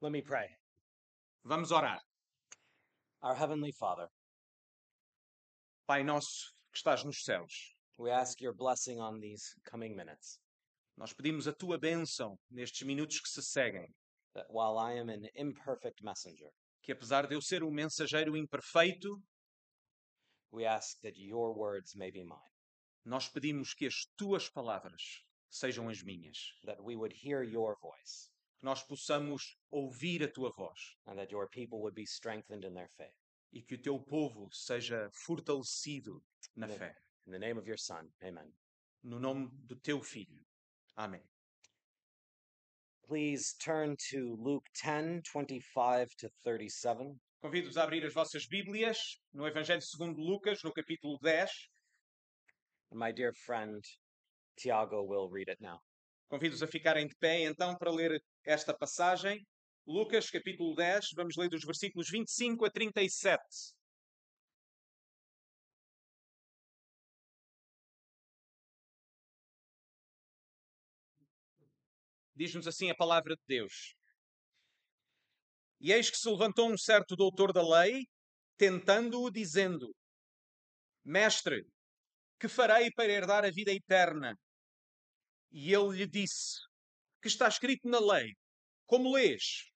Let me pray. Vamos orar. Our Heavenly Father, Pai nosso que estás nos céus, we ask your blessing on these coming minutes, nós pedimos a tua bênção nestes minutos que se seguem, that while I am an imperfect messenger, que apesar de eu ser um mensageiro imperfeito, we ask that your words may be mine, nós pedimos que as tuas palavras sejam as minhas, that we would hear your voice, que nós possamos ouvir a tua voz and that your people would be strengthened in their faith. e que o teu povo seja fortalecido na Amém. fé. In the name of your Son, amen. No nome do teu filho. Amém. Please turn to Luke 10 25 to 37. Convido-vos a abrir as vossas Bíblias no Evangelho segundo Lucas, no capítulo 10, My dear friend, Tiago will read it now. Convido-os a ficarem de pé então para ler esta passagem. Lucas, capítulo 10, vamos ler dos versículos 25 a 37. Diz-nos assim a palavra de Deus. E eis que se levantou um certo doutor da lei, tentando-o, dizendo: Mestre, que farei para herdar a vida eterna? E ele lhe disse: Que está escrito na lei, como lês?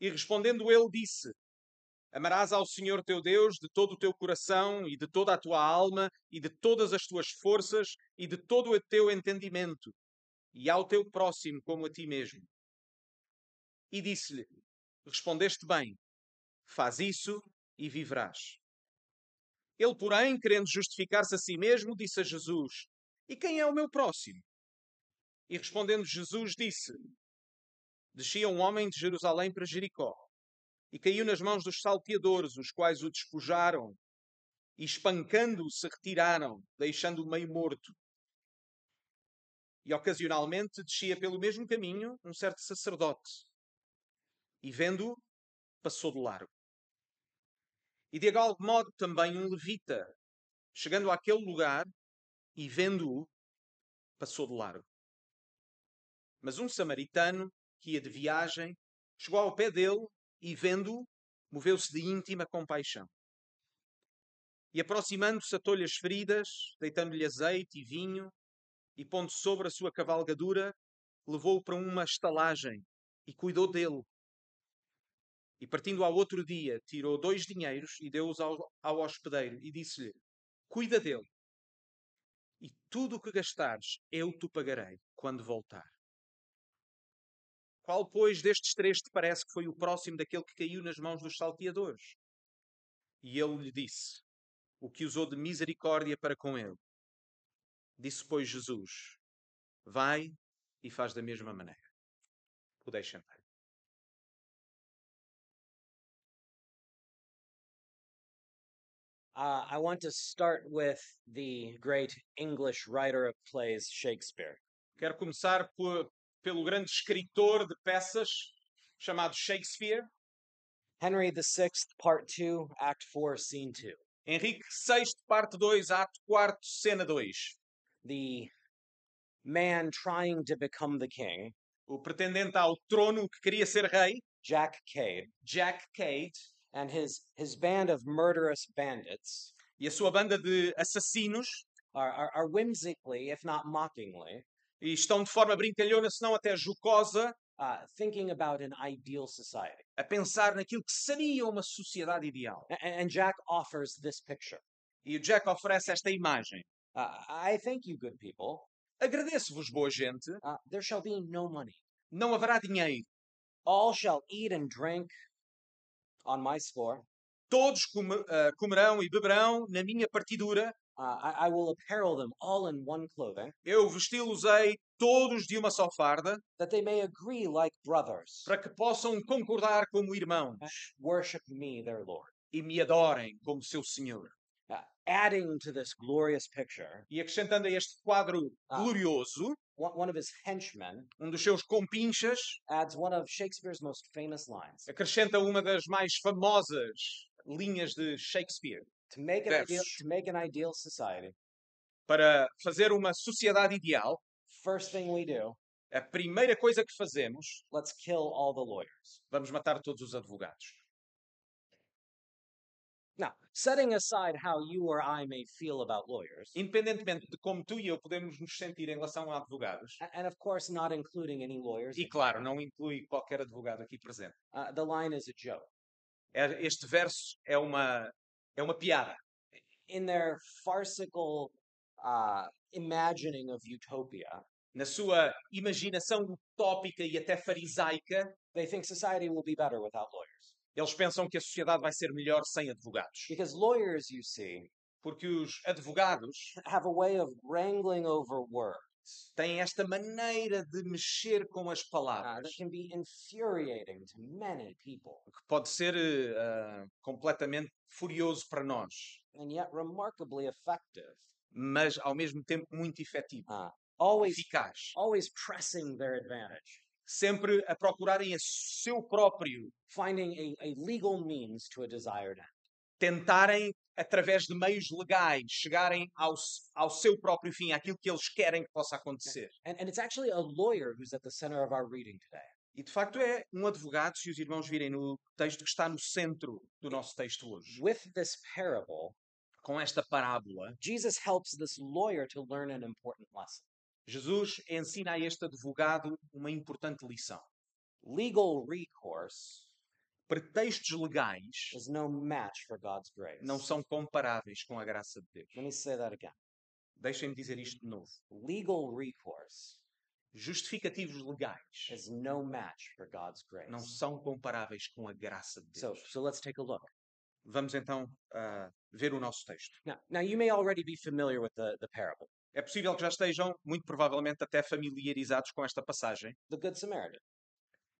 E respondendo ele, disse: Amarás ao Senhor teu Deus de todo o teu coração e de toda a tua alma e de todas as tuas forças e de todo o teu entendimento, e ao teu próximo como a ti mesmo. E disse-lhe: Respondeste bem, faz isso e viverás. Ele, porém, querendo justificar-se a si mesmo, disse a Jesus: E quem é o meu próximo? E respondendo Jesus, disse: Descia um homem de Jerusalém para Jericó, e caiu nas mãos dos salteadores, os quais o despojaram, e espancando-o se retiraram, deixando-o meio morto. E ocasionalmente descia pelo mesmo caminho um certo sacerdote, e vendo-o, passou de largo. E de igual modo também um levita, chegando àquele lugar e vendo-o, passou de largo. Mas um samaritano que ia de viagem chegou ao pé dele e, vendo-o, moveu-se de íntima compaixão. E aproximando-se, atou-lhe as feridas, deitando-lhe azeite e vinho, e pondo sobre a sua cavalgadura, levou-o para uma estalagem e cuidou dele. E partindo ao outro dia, tirou dois dinheiros e deu-os ao, ao hospedeiro e disse-lhe: Cuida dele, e tudo o que gastares eu te pagarei quando voltar. Qual, pois, destes três te parece que foi o próximo daquele que caiu nas mãos dos salteadores? E ele lhe disse, o que usou de misericórdia para com ele. Disse, pois, Jesus: Vai e faz da mesma maneira. Podeis sentar. Uh, I want to start with the great English writer of plays, Shakespeare. Quero começar por- pelo grande escritor de peças chamado Shakespeare, Henry VI, Part 2, Act 4, Scene 2. Henrique VI, parte 2, ato 4, cena 2. The man trying to become the king, O pretendente ao trono que queria ser rei, Jack Cade, Jack Cade, and his, his band of murderous bandits e a sua banda de assassinos are, are, are whimsically, if not mockingly, e estão de forma brincalhona, se não até jocosa, uh, thinking about an ideal society. a pensar naquilo que seria uma sociedade ideal. A- And, Jack offers this picture. E o Jack oferece esta imagem. Uh, I thank you, good people. Agradeço-vos, boa gente, Uh, there shall be no money. não haverá dinheiro. All shall eat and drink on my score. Todos come- ah, comerão e beberão na minha partidura. Uh, I, I will apparel them all in one clothing, Eu vesti-los-ei todos de uma só farda, that they may agree like brothers, para que possam concordar como irmãos worship me, their Lord. e me adorem como seu Senhor. Uh, adding to this glorious picture, E acrescentando a este quadro Ah. glorioso, one, one of his henchmen um dos seus compinchas adds one of Shakespeare's most famous lines. acrescenta uma das mais famosas linhas de Shakespeare. To make an ideal, Verse. to make an ideal society, para fazer uma sociedade ideal, first thing we do A primeira coisa que fazemos, Let's kill all the lawyers. vamos matar todos os advogados. Now, setting aside how you or I may feel about lawyers, Independentemente de como tu e eu podemos nos sentir em relação a advogados, a- and of course not including any lawyers, e claro, não inclui qualquer advogado aqui presente. uh, the line is a joke. É- Este verso é uma é uma piada. In their farcical uh, imagining of utopia, Na sua imaginação utópica e até farisaica, they think society will be better without lawyers. eles pensam que a sociedade vai ser melhor sem advogados, Because lawyers, you see, porque os advogados have a way of wrangling over words têm esta maneira de mexer com as uh, palavras that can be infuriating to many people, que pode ser eh, ah, completamente furioso para nós, and yet remarkably effective. mas ao mesmo tempo muito efetivo, Uh, always, eficaz, always pressing their advantage, sempre a procurarem o seu próprio, finding a, a legal means to a desired end. tentarem através de meios legais chegarem ao, s- ao seu próprio fim, àquilo que eles querem que possa acontecer. And, and it's actually a lawyer who's at the center of our reading today. E de facto é um advogado, se os irmãos virem no texto que está no centro do nosso texto hoje, With this parable, com esta parábola, Jesus helps this lawyer to learn an important lesson. Jesus ensina a este advogado uma importante lição. Legal recourse Pretextos legais is no match for God's grace. não são comparáveis com a graça de Deus. Let me say that again. Deixem-me dizer isto de novo. Legal recourse Justificativos legais is no match for God's grace. não são comparáveis com a graça de So, Deus. so let's take a look. Vamos então ah, ver o nosso texto. Now, now you may already be familiar with the, the parable, É possível que já estejam, muito provavelmente, até familiarizados com esta passagem. the Good Samaritan.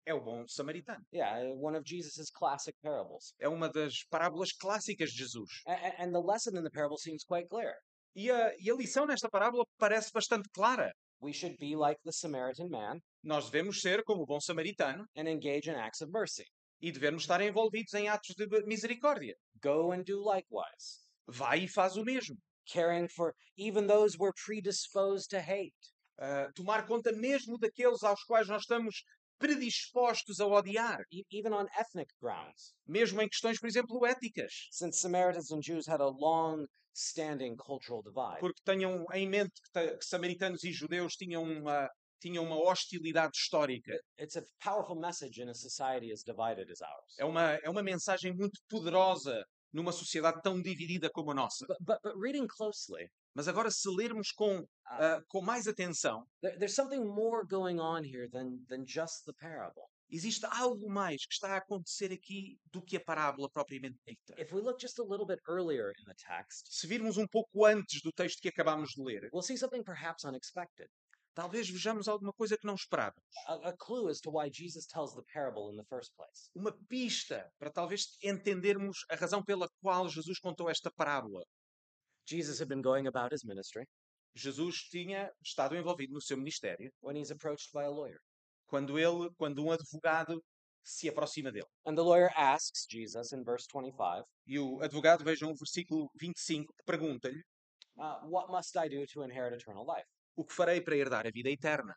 É o bom samaritano. Yeah, uh, one of Jesus' classic parables. É uma das parábolas clássicas de Jesus. A- a- and the lesson in the parable seems quite clear. E a, e a lição nesta parábola parece bastante clara. We should be like the Samaritan man Nós devemos ser como o bom samaritano and engage in acts of mercy. e devemos estar envolvidos em atos de misericórdia. Go and do likewise, Vai e faz o mesmo. caring for even those we're predisposed to hate. Ah, tomar conta mesmo daqueles aos quais nós estamos predispostos a odiar, e- even on ethnic grounds, mesmo em questões, por exemplo, éticas. since Samaritans and Jews had a long standing cultural divide. Porque tenham em mente que, ta- que samaritanos e judeus tinham uma, tinham uma hostilidade histórica. It's a powerful message in a society as divided as ours. É uma, é uma mensagem muito poderosa numa sociedade tão dividida como a nossa. But, but, but reading closely, Mas agora, se lermos com, Ah. ah, com mais atenção, there, there's something more going on here than, than just the parable. existe algo mais que está a acontecer aqui do que a parábola propriamente dita. If we look just a little bit earlier in the text, Se virmos um pouco antes do texto que acabámos de ler, we'll see something perhaps unexpected talvez vejamos alguma coisa que não esperávamos. a, a clue as to why Jesus tells the parable in the first place. Uma pista para talvez entendermos a razão pela qual Jesus contou esta parábola. Jesus had been going about his ministry Jesus tinha estado envolvido no seu ministério when he's approached by a lawyer. quando ele, quando um advogado se aproxima dele. And the lawyer asks Jesus in verse 25, E o advogado, vejam o versículo 25, que pergunta-lhe uh, What must I do to inherit eternal life? o que farei para herdar a vida eterna.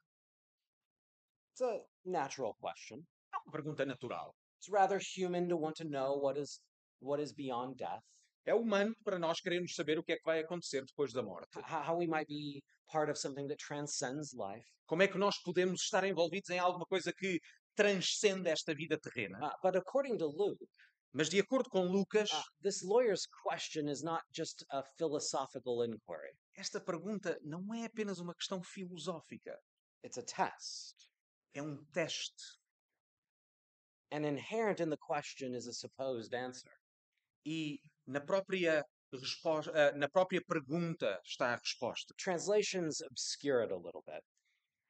It's a natural question. É uma pergunta natural. It's rather human to want to know what is what is beyond death, É humano para nós querermos saber o que é que vai acontecer depois da morte. h- how, how we might be part of something that transcends life. Como é que nós podemos estar envolvidos em alguma coisa que transcende esta vida terrena? Uh, but according to Luke, Mas de acordo com Lucas, uh, this lawyer's question is not just a philosophical inquiry; esta pergunta não é apenas uma questão filosófica, it's a test, é um teste. and inherent in the question is a supposed answer. E na própria resposta, ah, na própria pergunta está a resposta. Translations obscure it a little bit.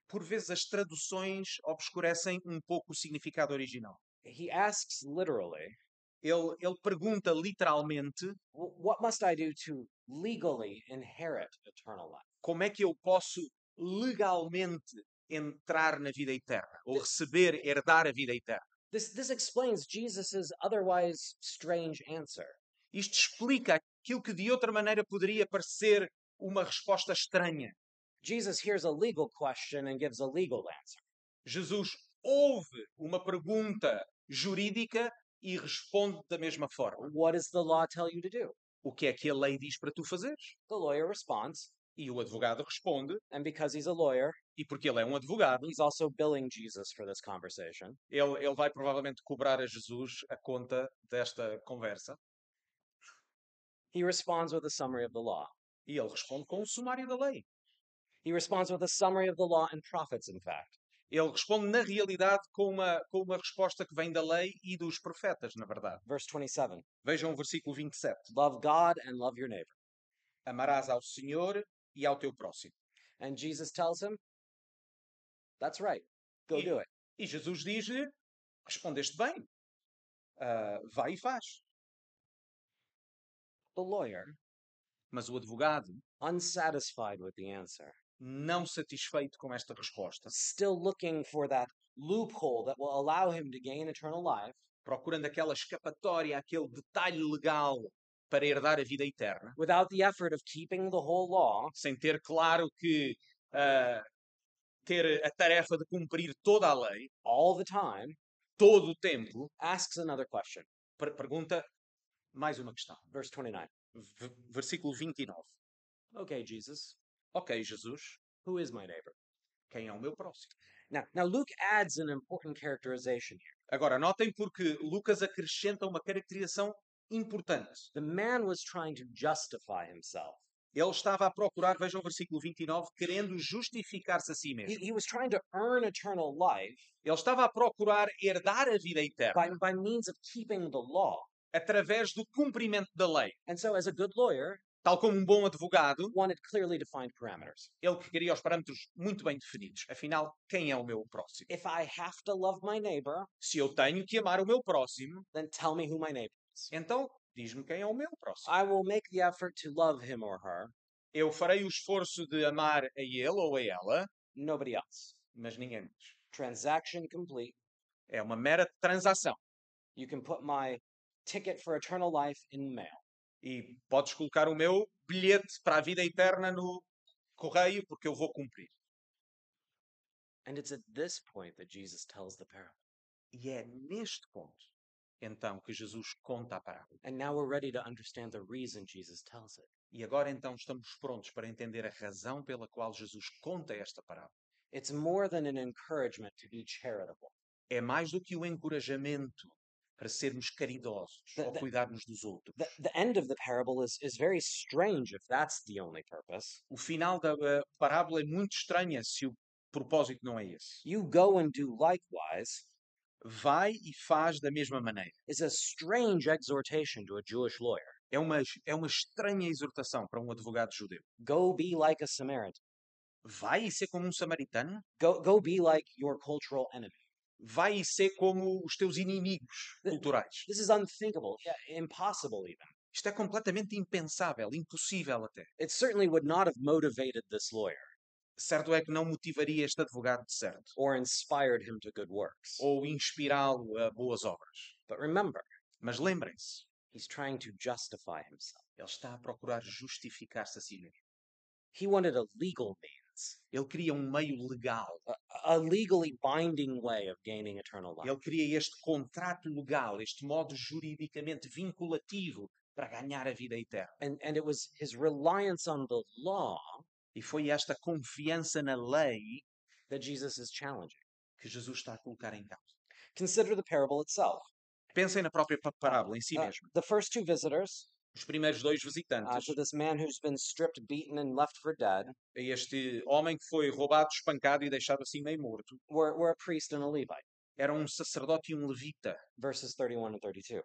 Por vezes as traduções obscurecem um pouco o significado original. He asks literally, Ele, ele pergunta literalmente "Wh- "What must I do to legally inherit eternal life?" como é que eu posso legalmente entrar na vida eterna ou receber, herdar a vida eterna. This this explains Jesus's otherwise strange answer. Isto explica aquilo que de outra maneira poderia parecer uma resposta estranha. Jesus hears a legal question and gives a legal answer. Jesus ouve uma pergunta jurídica e responde da mesma forma. What does the law tell you to do? O que é que a lei diz para tu fazeres? The lawyer responds, E o advogado responde, and because he's a lawyer, uh, e porque ele é um advogado, he's also billing Jesus for this conversation. ele, ele vai provavelmente cobrar a Jesus a conta desta conversa. He responds with a summary of the law. E ele responde com o sumário da lei. He responds with a summary of the law and prophets, in fact. Ele responde, na realidade, com uma, com uma resposta que vem da lei e dos profetas, na verdade. Verse 27 Vejam o versículo 27. Love God and love your neighbor. Amarás ao Senhor e ao teu próximo. And Jesus tells him, That's right, go Yeah. do it. E Jesus diz-lhe: Respondeste bem. Ah, vai e faz. The lawyer, Mas o advogado, unsatisfied with the answer, não satisfeito com esta resposta, still looking for that loophole that will allow him to gain eternal life, procurando aquela escapatória, aquele detalhe legal para herdar a vida eterna, without the effort of keeping the whole law, sem ter claro que ah, ter a tarefa de cumprir toda a lei, all the time, todo o tempo, asks another question. per- pergunta mais uma questão. Verse 29. V- versículo 29. Okay, Jesus, Ok, Jesus, who is my neighbor? quem é o meu próximo? Now, now Luke adds an important characterization here. Agora, notem porque Lucas acrescenta uma caracterização importante. The man was trying to justify himself. Ele estava a procurar, vejam o versículo 29, querendo justificar-se a si He, mesmo. he was trying to earn eternal life Ele estava a procurar herdar a vida by, eterna by means of keeping the law. através do cumprimento da lei. And so, as a good lawyer, Tal como um bom advogado, wanted clearly defined parameters. ele que queria os parâmetros muito bem definidos. Afinal, quem é o meu próximo? If I have to love my neighbor, Se eu tenho que amar o meu próximo, then tell me who my neighbor is. então diz-me quem é o meu próximo. I will make the effort to love him or her, Eu farei o esforço de amar a ele ou a ela, nobody else. mas ninguém mais. Transaction complete. É uma mera transação. You can put my ticket for eternal life in the mail. E podes colocar o meu bilhete para a vida eterna no correio, porque eu vou cumprir. And it's at this point that Jesus tells the parable. E é neste ponto, então, que Jesus conta a parábola. And now we're ready to understand the reason Jesus tells it. E agora, então, estamos prontos para entender a razão pela qual Jesus conta esta parábola. It's more than an encouragement to be charitable. É mais do que o encorajamento para sermos caridosos Da- ou da- cuidarmos dos outros. The, the end of the parable is, is very strange if that's the only purpose. O final da eh, parábola é muito estranha se o propósito não é esse. You go and do likewise vai e faz da mesma maneira. is a strange exhortation to a Jewish lawyer. É uma, é uma estranha exortação para um advogado judeu. Go be like a Samaritan. Vai e ser como um samaritano? Go, go be like your cultural enemy. Vai e ser como os teus inimigos Th- culturais? This is unthinkable, yeah, impossible even. Isto é completamente impensável, impossível até. It certainly would not have motivated this lawyer Certo é que não motivaria este advogado de certo, or inspired him to good works. ou inspirá-lo a boas obras. But remember, Mas lembrem-se, he's trying to justify himself. ele está a procurar justificar-se a si mesmo. He wanted a legal means, Ele queria um meio legal, a- a legally binding way of gaining eternal life. ele queria este contrato legal, este modo juridicamente vinculativo para ganhar a vida eterna. And, and it was his reliance on the law E foi esta confiança na lei that Jesus is challenging. que Jesus está a colocar em causa. Consider the parable itself. Pensem na própria pa- parábola em si Uh, mesmo. the first two visitors Os primeiros dois uh, visitantes, to this man who's been stripped, beaten, and left for dead a este homem que foi roubado, espancado e deixado assim meio morto, were, were a priest and a Levite. eram um sacerdote e um levita. Verses 31 and 32.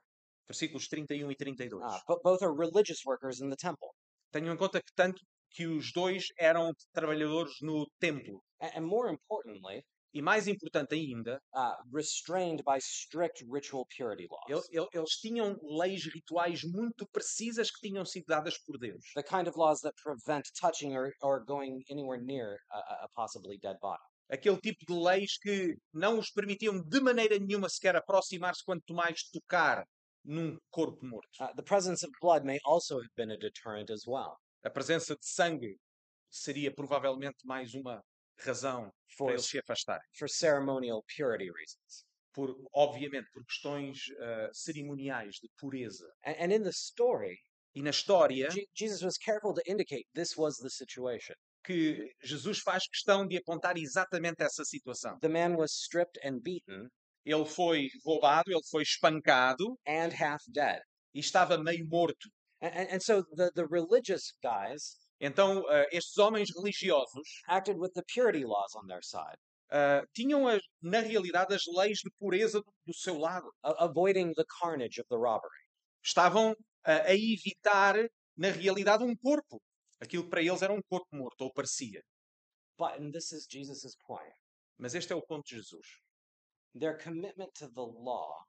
Versículos 31 e 32. Uh, but both are religious workers in the temple. Tenham em conta que tanto que os dois eram trabalhadores no templo. A- And, more importantly, E mais importante ainda, uh, restrained by strict ritual purity el- laws. el- eles tinham leis rituais muito precisas que tinham sido dadas por Deus. The kind of laws that prevent touching or, or going anywhere near a, a- a possibly dead body. aquele tipo de leis que não os permitiam de maneira nenhuma sequer aproximar-se quanto mais tocar num corpo morto. Uh, the presence of blood may also have been a deterrent as well. A presença de sangue seria provavelmente mais uma razão para For, eles se afastarem. for ceremonial purity reasons. Por, obviamente, por questões ah, cerimoniais de pureza. And, and in the story, E na história Je- Jesus was careful to indicate this was the situation. que Jesus faz questão de apontar exatamente essa situação. The man was stripped and beaten Ele foi roubado, ele foi espancado and half dead. e estava meio morto. And, and, and so the, the religious guys Então, ah, estes homens religiosos acted with the purity laws on their side, ah, tinham, as- na realidade, as leis de pureza do, do seu lado. a- avoiding the carnage of the robbery. Estavam ah, a evitar, na realidade, um corpo. Aquilo que para eles era um corpo morto, ou parecia. But, and this is Jesus' point, Mas este é o ponto de Jesus. their commitment to the law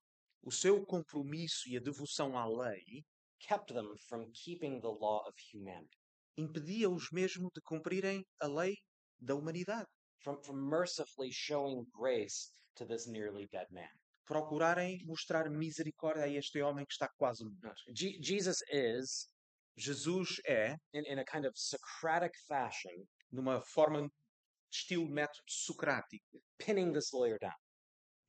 O seu compromisso e a devoção à lei kept them from keeping the law of humanity, impedia-os mesmo de cumprirem a lei da humanidade, from, from mercifully showing grace to this nearly dead man. procurarem mostrar misericórdia a este homem que está quase morto. Je- Jesus is, Jesus é, in, in a kind of Socratic fashion, numa forma estilo método socrático, pinning this lawyer down.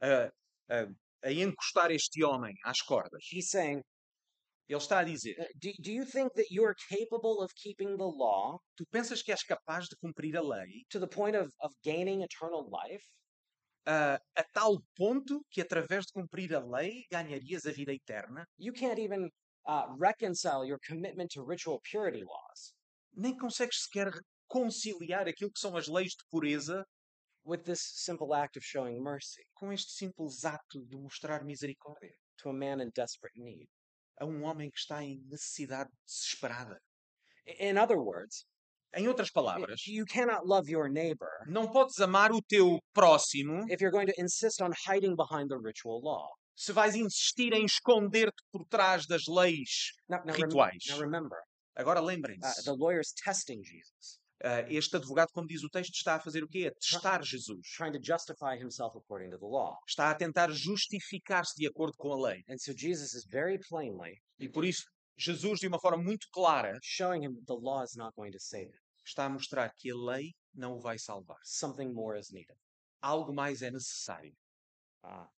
a, a, a encostar este homem às cordas. He's saying, Ele está a dizer: Uh, Do, do you think that you're capable of keeping the law Tu pensas que és capaz de cumprir a lei to the point of, of gaining eternal life? ah, a tal ponto que, através de cumprir a lei, ganharias a vida eterna? You can't even uh, reconcile your commitment to ritual purity laws Nem consegues sequer conciliar aquilo que são as leis de pureza with this simple act of showing mercy com este simples ato de mostrar misericórdia to a man in desperate need. a um homem que está em necessidade desesperada. I- In other words, Em outras y- palavras, you cannot love your neighbor não podes amar o teu próximo if you're going to insist on hiding behind the ritual law. se vais insistir em esconder-te por trás das leis. Now, now, rem- Rituais. now remember, Agora uh, lembrem-se, the lawyer's testing Jesus, ah, este advogado, como diz o texto, está a fazer o quê? A testar Jesus. trying to justify himself according to the law. Está a tentar justificar-se de acordo com a lei. And so Jesus is very plainly E por isso, Jesus, de uma forma muito clara, showing him that the law is not going to save him. está a mostrar que a lei não o vai salvar. Something more is needed. Algo mais é necessário. Ah,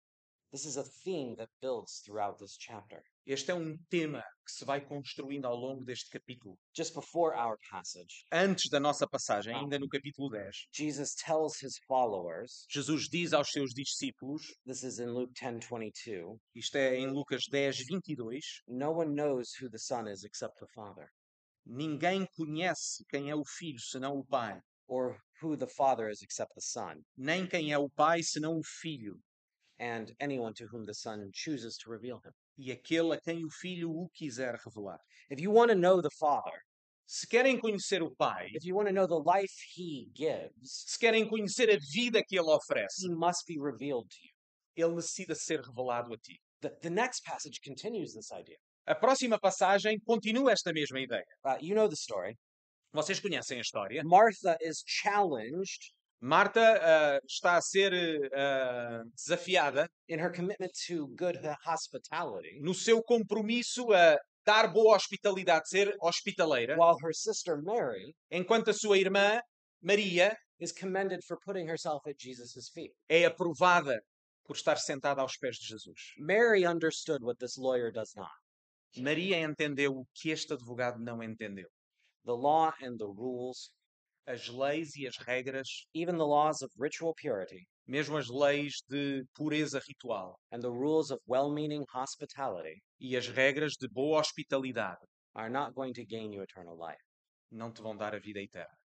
this is a theme that builds throughout this chapter. Este é um tema que se vai construindo ao longo deste capítulo. Just before our passage, Antes da nossa passagem, Ah. ainda no capítulo 10, Jesus tells his followers, Jesus diz aos seus discípulos, this is in Luke 10:22, isto é em Lucas 10, 22, no one knows who the son is except the father, ninguém conhece quem é o filho senão o pai, or who the father is except the son, nem quem é o pai senão o filho, and anyone to whom the son chooses to reveal him. e aquele a quem o filho o quiser revelar. If you want to know the father, Se querem conhecer o pai, if you want to know the life he gives, se querem conhecer a vida que ele oferece, he must be revealed to you. ele necessita ser revelado a ti. The, the next passage continues this idea. A próxima passagem continua esta mesma ideia. Uh, you know the story. Vocês conhecem a história? Martha is challenged Marta ah, está a ser ah, desafiada in her commitment to good ho- hospitality, no seu compromisso a dar boa hospitalidade, ser hospitaleira, while her sister Mary enquanto a sua irmã Maria is commended for putting herself at Jesus' feet. é aprovada por estar sentada aos pés de Jesus. Mary understood what this lawyer does not. Maria entendeu o que este advogado não entendeu: The law and the rules, as leis e as regras, even the laws of ritual purity mesmo as leis de pureza ritual and the rules of well meaning hospitality, e as regras de boa hospitalidade, are not going to gain you eternal life. não te vão dar a vida eterna.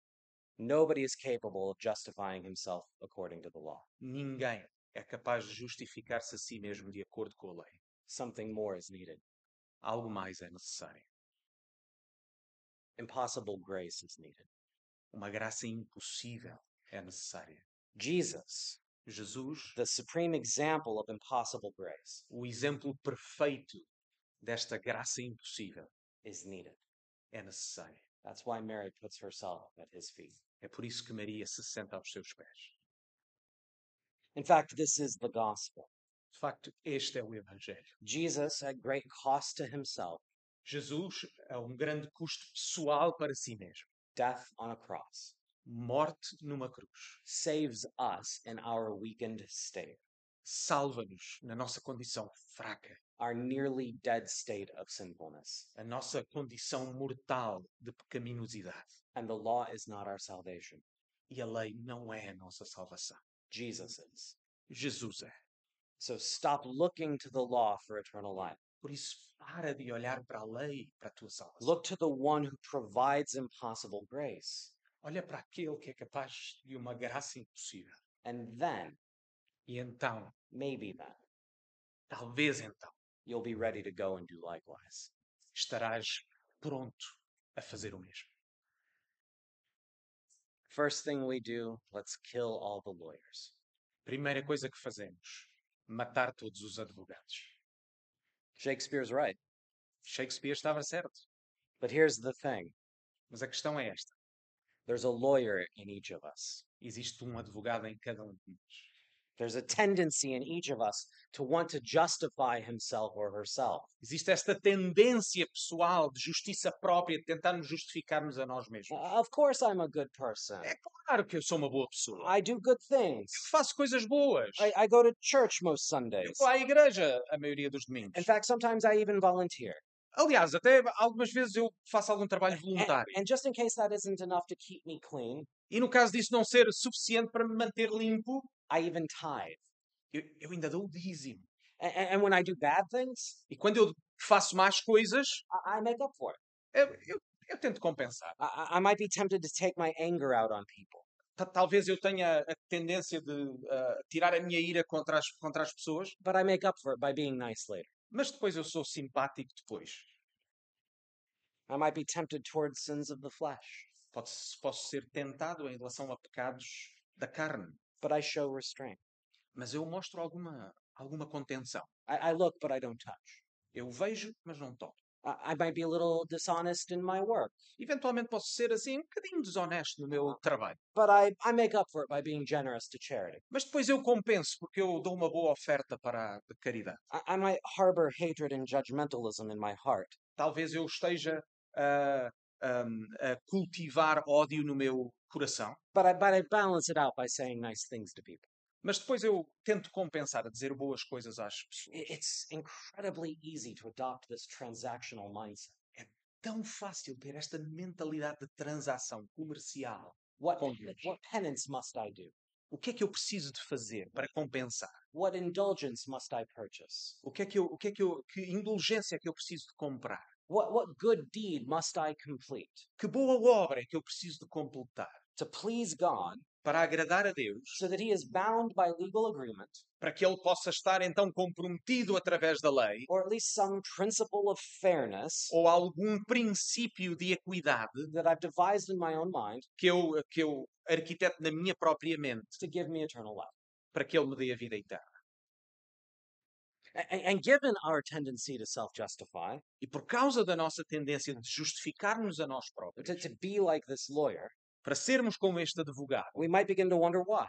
Nobody is capable of justifying himself according to the law. Ninguém é capaz de justificar-se a si mesmo de acordo com a lei. Something more is needed. algo mais é necessário. Impossible grace is needed. Uma graça impossível é necessária. Jesus, Jesus, the supreme example of impossible grace, o exemplo perfeito desta graça impossível is needed. é necessária. That's why Mary puts herself at his feet. É por isso que Maria se senta aos seus pés. In fact, this is the gospel. De facto, este é o Evangelho. Jesus, at great cost to himself, Jesus é um grande custo pessoal para si mesmo. death on a cross morte numa cruz. saves us in our weakened state, Salva-nos na nossa condição fraca, our nearly dead state of sinfulness. a nossa condição mortal de pecaminosidade. And the law is not our salvation. E a lei não é a nossa salvação. Jesus is. Jesus é. So stop looking to the law for eternal life. Por isso, para de olhar para a lei para a tua salvação. Look to the one who provides impossible grace. Olha para aquele que é capaz de uma graça impossível. And then, E então, maybe then, talvez então, you'll be ready to go and do likewise. estarás pronto a fazer o mesmo. First thing we do, let's kill all the lawyers. Primeira coisa que fazemos: matar todos os advogados. Shakespeare's right. Shakespeare estava certo, But here's the thing mas a questão é esta: there's a lawyer in each of us. existe um advogado em cada um de nós. There's a tendency in each of us to want to justify himself or herself. Existe esta tendência pessoal de justiça própria, de tentarmos justificarmos a nós mesmos. "Uh, Of course, I'm a good person. É claro que eu sou uma boa pessoa. I do good things. Eu faço coisas boas. I, I go to church most Eu Sundays. vou à igreja a maioria dos domingos. In fact, sometimes I even volunteer. Aliás, até algumas vezes eu faço algum trabalho And, voluntário. and just in case that isn't enough to keep me clean, E no caso disso não ser suficiente para me manter limpo, I even tithe. eu, eu ainda dou o dízimo. A- a- and when I do bad things, E quando eu faço más coisas, I, I make up for it. eu, eu- eu tento compensar. I, I- I might be tempted to take my anger out on people. Ta- Talvez eu tenha a tendência de ah, tirar a minha ira contra as, contra as pessoas, but I make up for it by being nice later. mas depois eu sou simpático depois. I might be tempted towards sins of the flesh, Posso, posso ser tentado em relação a pecados da carne, but I show restraint. mas eu mostro alguma, alguma contenção. I, I look, but I don't touch. Eu vejo, mas não toco. I, I might be a little dishonest in my work, Eventualmente posso ser assim um bocadinho desonesto no meu trabalho, but I, I make up for it by being generous to charity. mas depois eu compenso porque eu dou uma boa oferta para a caridade. I, I might harbor hatred and judgmentalism in my heart, Talvez eu esteja a, ahm, a cultivar ódio no meu coração, but I, but I balance it out by saying nice things to people. mas depois eu tento compensar a dizer boas coisas às pessoas. I- It's incredibly easy to adopt this transactional mindset. Tão fácil ter esta mentalidade de transação comercial. What, Com pe- Deus. what penance must I do? O que é que eu preciso de fazer para compensar? What indulgence must I purchase? O que é que eu, o que é que eu, que indulgência é que eu preciso de comprar? What, what good deed must I complete Que boa obra é que eu preciso de completar? to please God para agradar a Deus, so that he is bound by legal agreement para que ele possa estar então comprometido através da lei or at least some principle of fairness ou algum princípio de equidade that I've devised in my own mind que eu que eu arquiteto na minha própria mente to give me eternal life. para que ele me dê a vida eterna. A- a- And given our tendency to self justify, E por causa da nossa tendência de justificarmos a nós próprios, to, to be like this lawyer, para sermos como este advogado, we might begin to wonder why.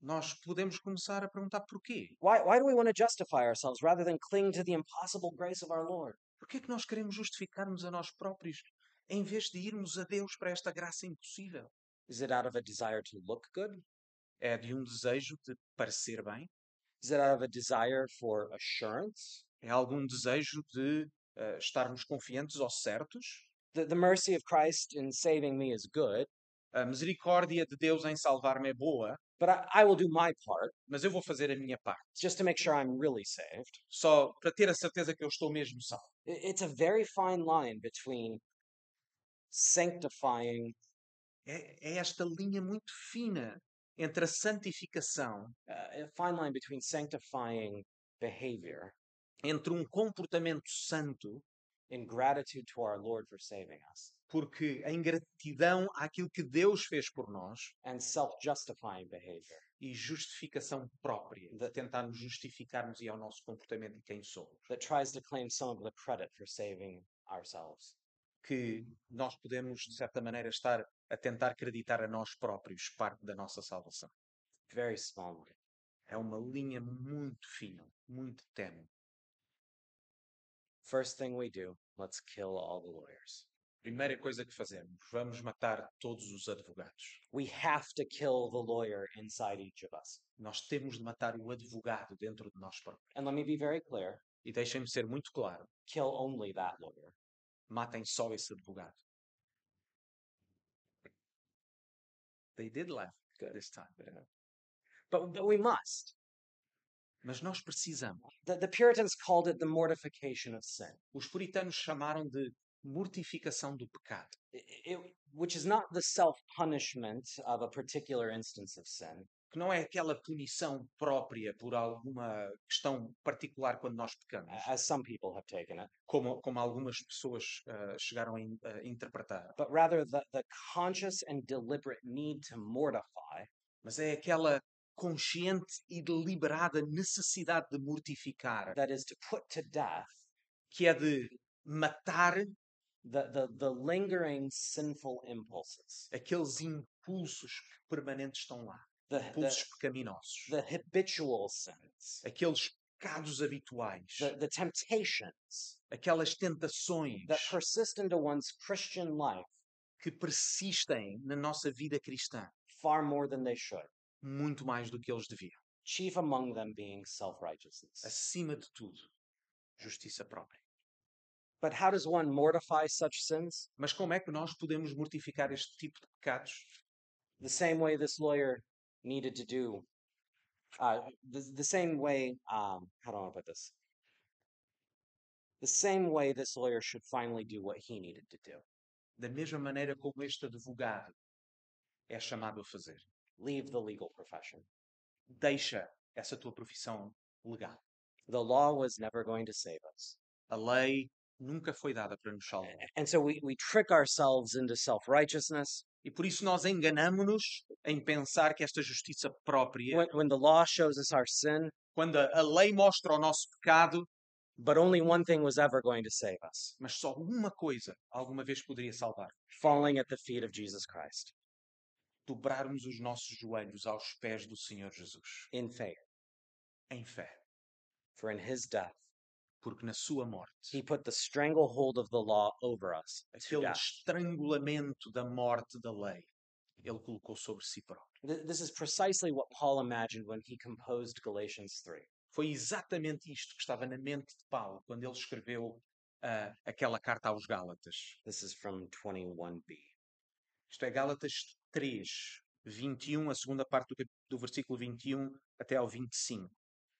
nós podemos começar a perguntar porquê. Why, why do we want to justify ourselves rather than cling to the impossible grace of our Lord? Porquê é que nós queremos justificar-nos a nós próprios em vez de irmos a Deus para esta graça impossível? Is it out of a desire to look good? É de um desejo de parecer bem? Is it out of a desire for assurance? É algum desejo de eh, estarmos confiantes ou certos? The, the mercy of Christ in saving me is good, A misericórdia de Deus em salvar-me é boa, but I, I will do my part mas eu vou fazer a minha parte, just to make sure I'm really saved. só para ter a certeza que eu estou mesmo salvo. i- it's a very fine line between sanctifying É, é esta linha muito fina entre a santificação, uh, a fine line between sanctifying behavior entre um comportamento santo, in gratitude to our lord for saving us porque em gratidão àquilo que Deus fez por nós, and self-justifying behavior e justificação própria, de tentarmos justificarmos e ao nosso comportamento e quem somos, that tries to claim some of the credit for saving ourselves que nós podemos, de certa maneira, estar a tentar acreditar a nós próprios parte da nossa salvação. very small line É uma linha muito fina, muito tenue. first thing we do let's kill all the lawyers Primeira coisa que fazemos, vamos matar todos os advogados. We have to kill the lawyer inside each of us. Nós temos de matar o advogado dentro de nós próprios. And let me be very clear E deixem-me ser muito claro: kill only that lawyer. matem só esse advogado. They did laugh this time. But, but we must. Mas nós precisamos. The, the Puritans called it the mortification of sin, Os puritanos chamaram de mortificação do pecado. i- i- it- which is not the self punishment of a particular instance of sin, que não é aquela punição própria por alguma questão particular quando nós pecamos, a- as some people have taken it, como, como algumas pessoas ah, chegaram a, in- a interpretar, but rather the, the conscious and deliberate need to mortify mas é aquela consciente e deliberada necessidade de mortificar, that is to put to death que é de matar the, the, the lingering sinful impulses, aqueles impulsos que permanentes estão lá, the, impulsos the, pecaminosos, the habitual sins, aqueles pecados habituais, the, the temptations aquelas tentações that persist into one's Christian life que persistem na nossa vida cristã far more than they should, muito mais do que eles deviam. chief among them being self righteousness. acima de tudo, justiça própria. But how does one mortify such sins? Mas como é que nós podemos mortificar este tipo de pecados? The same way this lawyer needed to do, uh, the, the same way, um, how do I want to put this? The same way this lawyer should finally do what he needed to do Da mesma maneira como este advogado é chamado a fazer. leave the legal profession. Deixa essa tua profissão legal. The law was never going to save us. A lei nunca foi dada para nos salvar. And so we, we trick ourselves into self righteousness E por isso nós enganamos-nos em pensar que esta justiça própria, when, when the law shows us our sin, quando a a lei mostra o nosso pecado, but only one thing was ever going to save us mas só uma coisa alguma vez poderia salvar: falling at the feet of Jesus Christ dobrarmos os nossos joelhos aos pés do Senhor Jesus, in faith. em fé. For in his death, porque na sua morte, he put the stranglehold of the law over us to aquele death. estrangulamento da morte da lei, ele colocou sobre si próprio. Th- This is precisely what Paul imagined when he composed Galatians 3. Foi exatamente isto que estava na mente de Paulo quando ele escreveu ah, aquela carta aos Gálatas. This is from 21b. Isto é Gálatas 3, 21, a segunda parte do, cap- do versículo 21 até ao 25.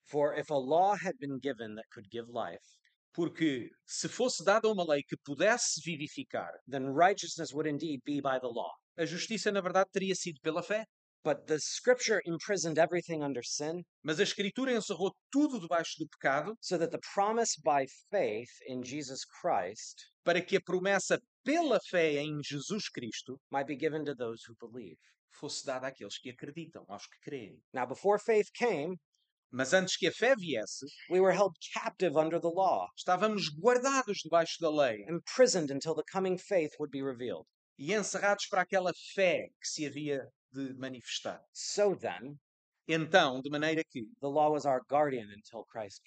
For if a law had been given that could give life, Porque se fosse dada uma lei que pudesse vivificar, then righteousness would indeed be by the law. a justiça na verdade teria sido pela fé. But the scripture imprisoned everything under sin, Mas a Escritura encerrou tudo debaixo do pecado so that the promise by faith in Jesus Christ para que a promessa pela fé em Jesus Cristo might be given to those who believe. fosse dada àqueles que acreditam, aos que creem. Now, before faith came, Mas antes que a fé viesse, we were held captive under the law, estávamos guardados debaixo da lei imprisoned until the coming faith would be revealed. e encerrados para aquela fé que se havia de manifestar. So then, Então, de maneira que the law was our guardian until Christ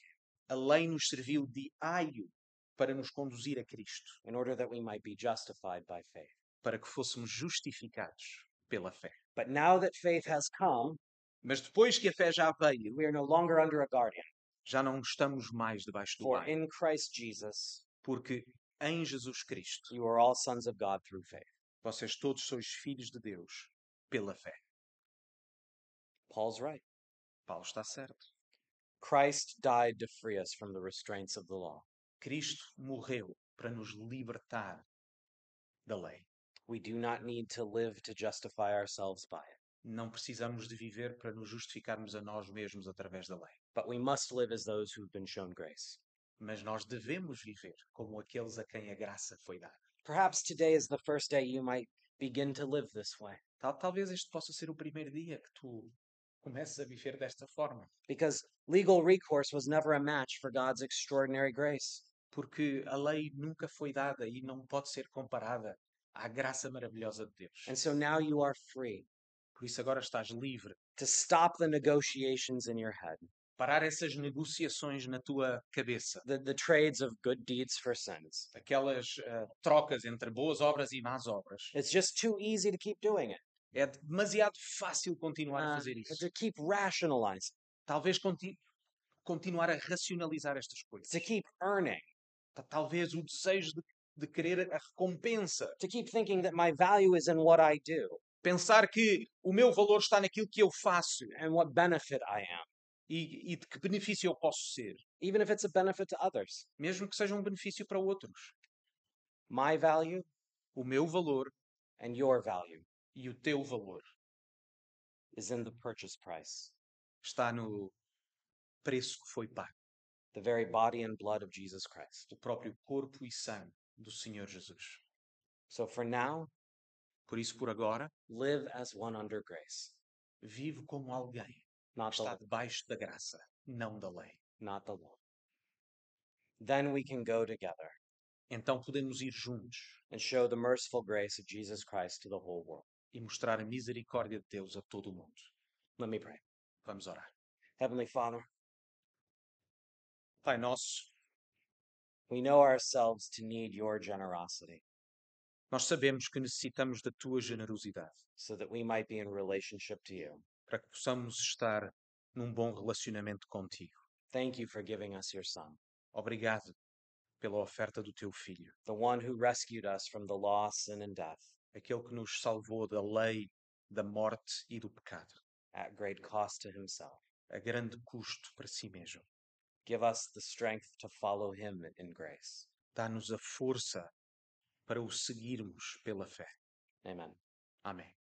a lei nos serviu de aio para nos conduzir a Cristo, came, in order that we might be justified by faith. para que fôssemos justificados pela fé. But now that faith has come, Mas depois que a fé já veio, we are no longer under a guardian. já não estamos mais debaixo do For aio, in Christ Jesus, porque em Jesus Cristo you are all sons of God through faith. Vocês todos sois filhos de Deus pela fé. Paul's right. Paulo está certo. Christ died to free us from the restraints of the law. Cristo morreu para nos libertar da lei. We do not need to live to justify ourselves by it, Não precisamos de viver para nos justificarmos a nós mesmos através da lei, but we must live as those who've been shown grace. mas nós devemos viver como aqueles a quem a graça foi dada. Perhaps today is the first day you might begin to live this way, Tal- talvez este possa ser o primeiro dia que tu comeces a viver desta forma, because legal recourse was never a match for God's extraordinary grace. porque a lei nunca foi dada e não pode ser comparada à graça maravilhosa de And Deus. so now you are free Por isso agora estás livre to stop the negotiations in your head Parar essas negociações na tua cabeça. the, the trades of good deeds for sins. Aquelas ah, trocas entre boas obras e más obras. It's just too easy to keep doing it, É demasiado fácil continuar a uh, fazer isso. to keep rationalizing, Talvez conti- continuar a racionalizar estas coisas. to keep earning, Ta- Talvez o desejo de, de querer a recompensa. to keep thinking that my value is in what I do Pensar que o meu valor está naquilo que eu faço and what benefit I am, e, e de que benefício eu posso ser. even if it's a benefit to others. Mesmo que seja um benefício para outros. My value O meu valor and your value e o teu valor is in the purchase price, está no preço que foi pago. the very body and blood of Jesus Christ. O próprio corpo e sangue do Senhor Jesus. So for now, Por isso, por agora, live as one under grace, vivo como alguém not the, está debaixo da graça, não da lei. not the law. Then we can go together Então podemos ir juntos and show the merciful grace of Jesus Christ to the whole world. e mostrar a misericórdia de Deus a todo o mundo. Let me pray. Vamos orar. Heavenly Father, Pai nosso, we know ourselves to need your generosity nós sabemos que necessitamos da tua generosidade so that we might be in relationship to you. para que possamos estar num bom relacionamento contigo. Thank you for giving us your Son, Obrigado pela oferta do teu filho, the one who rescued us from the law, sin, and death aquele que nos salvou da lei, da morte e do pecado, at great cost to himself. a grande custo para si mesmo. Give us the strength to follow him in grace. Dá-nos a força para o seguirmos pela fé. Amen. Amém.